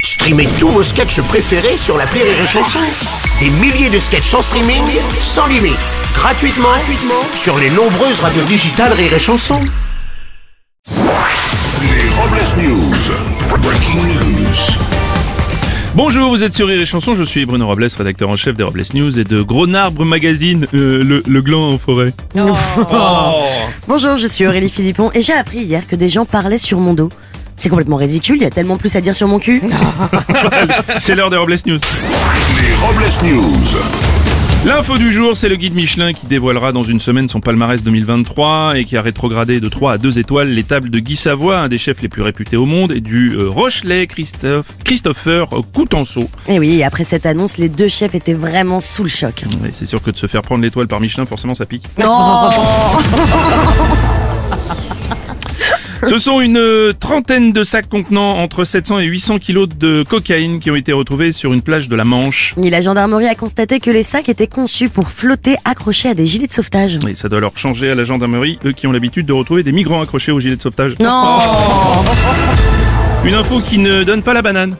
Streamez tous vos sketchs préférés sur la Rire et Chanson. Des milliers de sketchs en streaming, sans limite, gratuitement, gratuitement sur les nombreuses radios digitales Rire et Chanson. Les Robles News. Breaking news. Bonjour, vous êtes sur Rire et Chanson, je suis Bruno Robles, rédacteur en chef des Robles News et de Gros Narbre Magazine, euh, le, le gland en forêt. Bonjour, je suis Aurélie Philippon et j'ai appris hier que des gens parlaient sur mon dos. C'est complètement ridicule, il y a tellement plus à dire sur mon cul. C'est l'heure des Robles News. Les Robles News. L'info du jour, c'est le guide Michelin qui dévoilera dans une semaine son palmarès 2023 et qui a rétrogradé de 3 à 2 étoiles les tables de Guy Savoie, un des chefs les plus réputés au monde, et du euh, Rochelet Christophe, Christopher Coutenceau. Et Eh oui, après cette annonce, les deux chefs étaient vraiment sous le choc. Ouais, C'est sûr que de se faire prendre l'étoile par Michelin, forcément ça pique. Ce sont une euh, trentaine de sacs contenant entre 700 et 800 kilos de cocaïne qui ont été retrouvés sur une plage de la Manche. Et la gendarmerie a constaté que les sacs étaient conçus pour flotter accrochés à des gilets de sauvetage. Et ça doit leur changer à la gendarmerie, eux qui ont l'habitude de retrouver des migrants accrochés aux gilets de sauvetage. Non Une info qui ne donne pas la banane.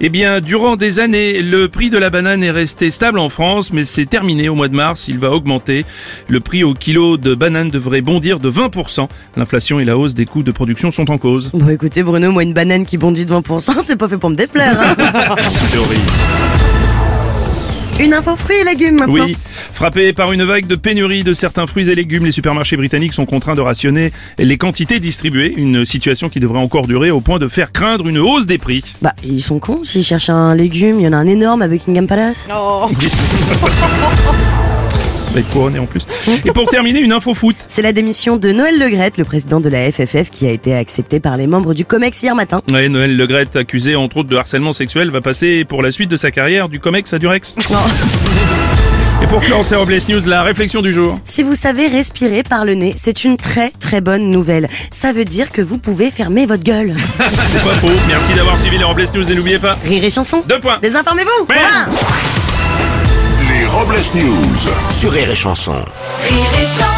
Eh bien, durant des années, le prix de la banane est resté stable en France, mais c'est terminé au mois de mars, il va augmenter. Le prix au kilo de banane devrait bondir de 20%. L'inflation et la hausse des coûts de production sont en cause. Bon écoutez Bruno, moi une banane qui bondit de 20%, c'est pas fait pour me déplaire. hein. C'est horrible. Une info fruits et légumes maintenant. Oui, frappés par une vague de pénurie de certains fruits et légumes, les supermarchés britanniques sont contraints de rationner les quantités distribuées, une situation qui devrait encore durer au point de faire craindre une hausse des prix. Bah ils sont cons, s'ils cherchent un légume, il y en a un énorme à Buckingham Palace. Oh. Avec couronné en plus. Et pour terminer, une info foot. C'est la démission de Noël Legrette, le président de la FFF, qui a été acceptée par les membres du COMEX hier matin. Ouais, Noël Legrette, accusé entre autres de harcèlement sexuel, va passer pour la suite de sa carrière du Comex à Durex. Et pour clore ces Robles News, la réflexion du jour. Si vous savez respirer par le nez, c'est une très très bonne nouvelle. Ça veut dire que vous pouvez fermer votre gueule. C'est pas faux. Merci d'avoir suivi les Robles News et n'oubliez pas. Rire et chanson. Deux points. Désinformez-vous. Merde. Les Robles News. Sur Rire et Chanson. Rire et chanson.